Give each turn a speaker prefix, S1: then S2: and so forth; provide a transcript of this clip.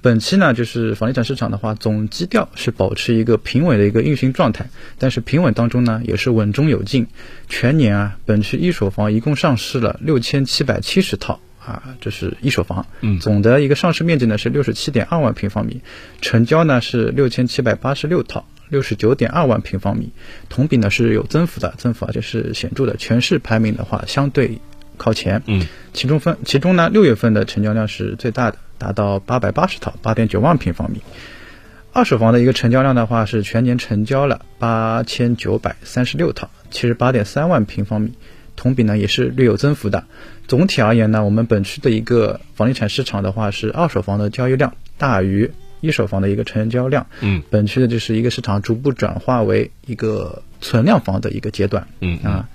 S1: 本期呢，就是房地产市场的话，总基调是保持一个平稳的一个运行状态，但是平稳当中呢，也是稳中有进。全年啊，本区一手房一共上市了六千七百七十套啊，这是一手房，
S2: 嗯
S1: 总的一个上市面积呢是六十七点二万平方米，成交呢是六千七百八十六套。六十九点二万平方米，同比呢是有增幅的，增幅啊就是显著的。全市排名的话，相对靠前。
S2: 嗯，
S1: 其中分其中呢，六月份的成交量是最大的，达到八百八十套，八点九万平方米。二手房的一个成交量的话，是全年成交了八千九百三十六套，七十八点三万平方米，同比呢也是略有增幅的。总体而言呢，我们本区的一个房地产市场的话，是二手房的交易量大于一手房的一个成交量。
S2: 嗯，
S1: 本区的就是一个市场逐步转化为一个存量房的一个阶段。
S2: 嗯
S1: 啊，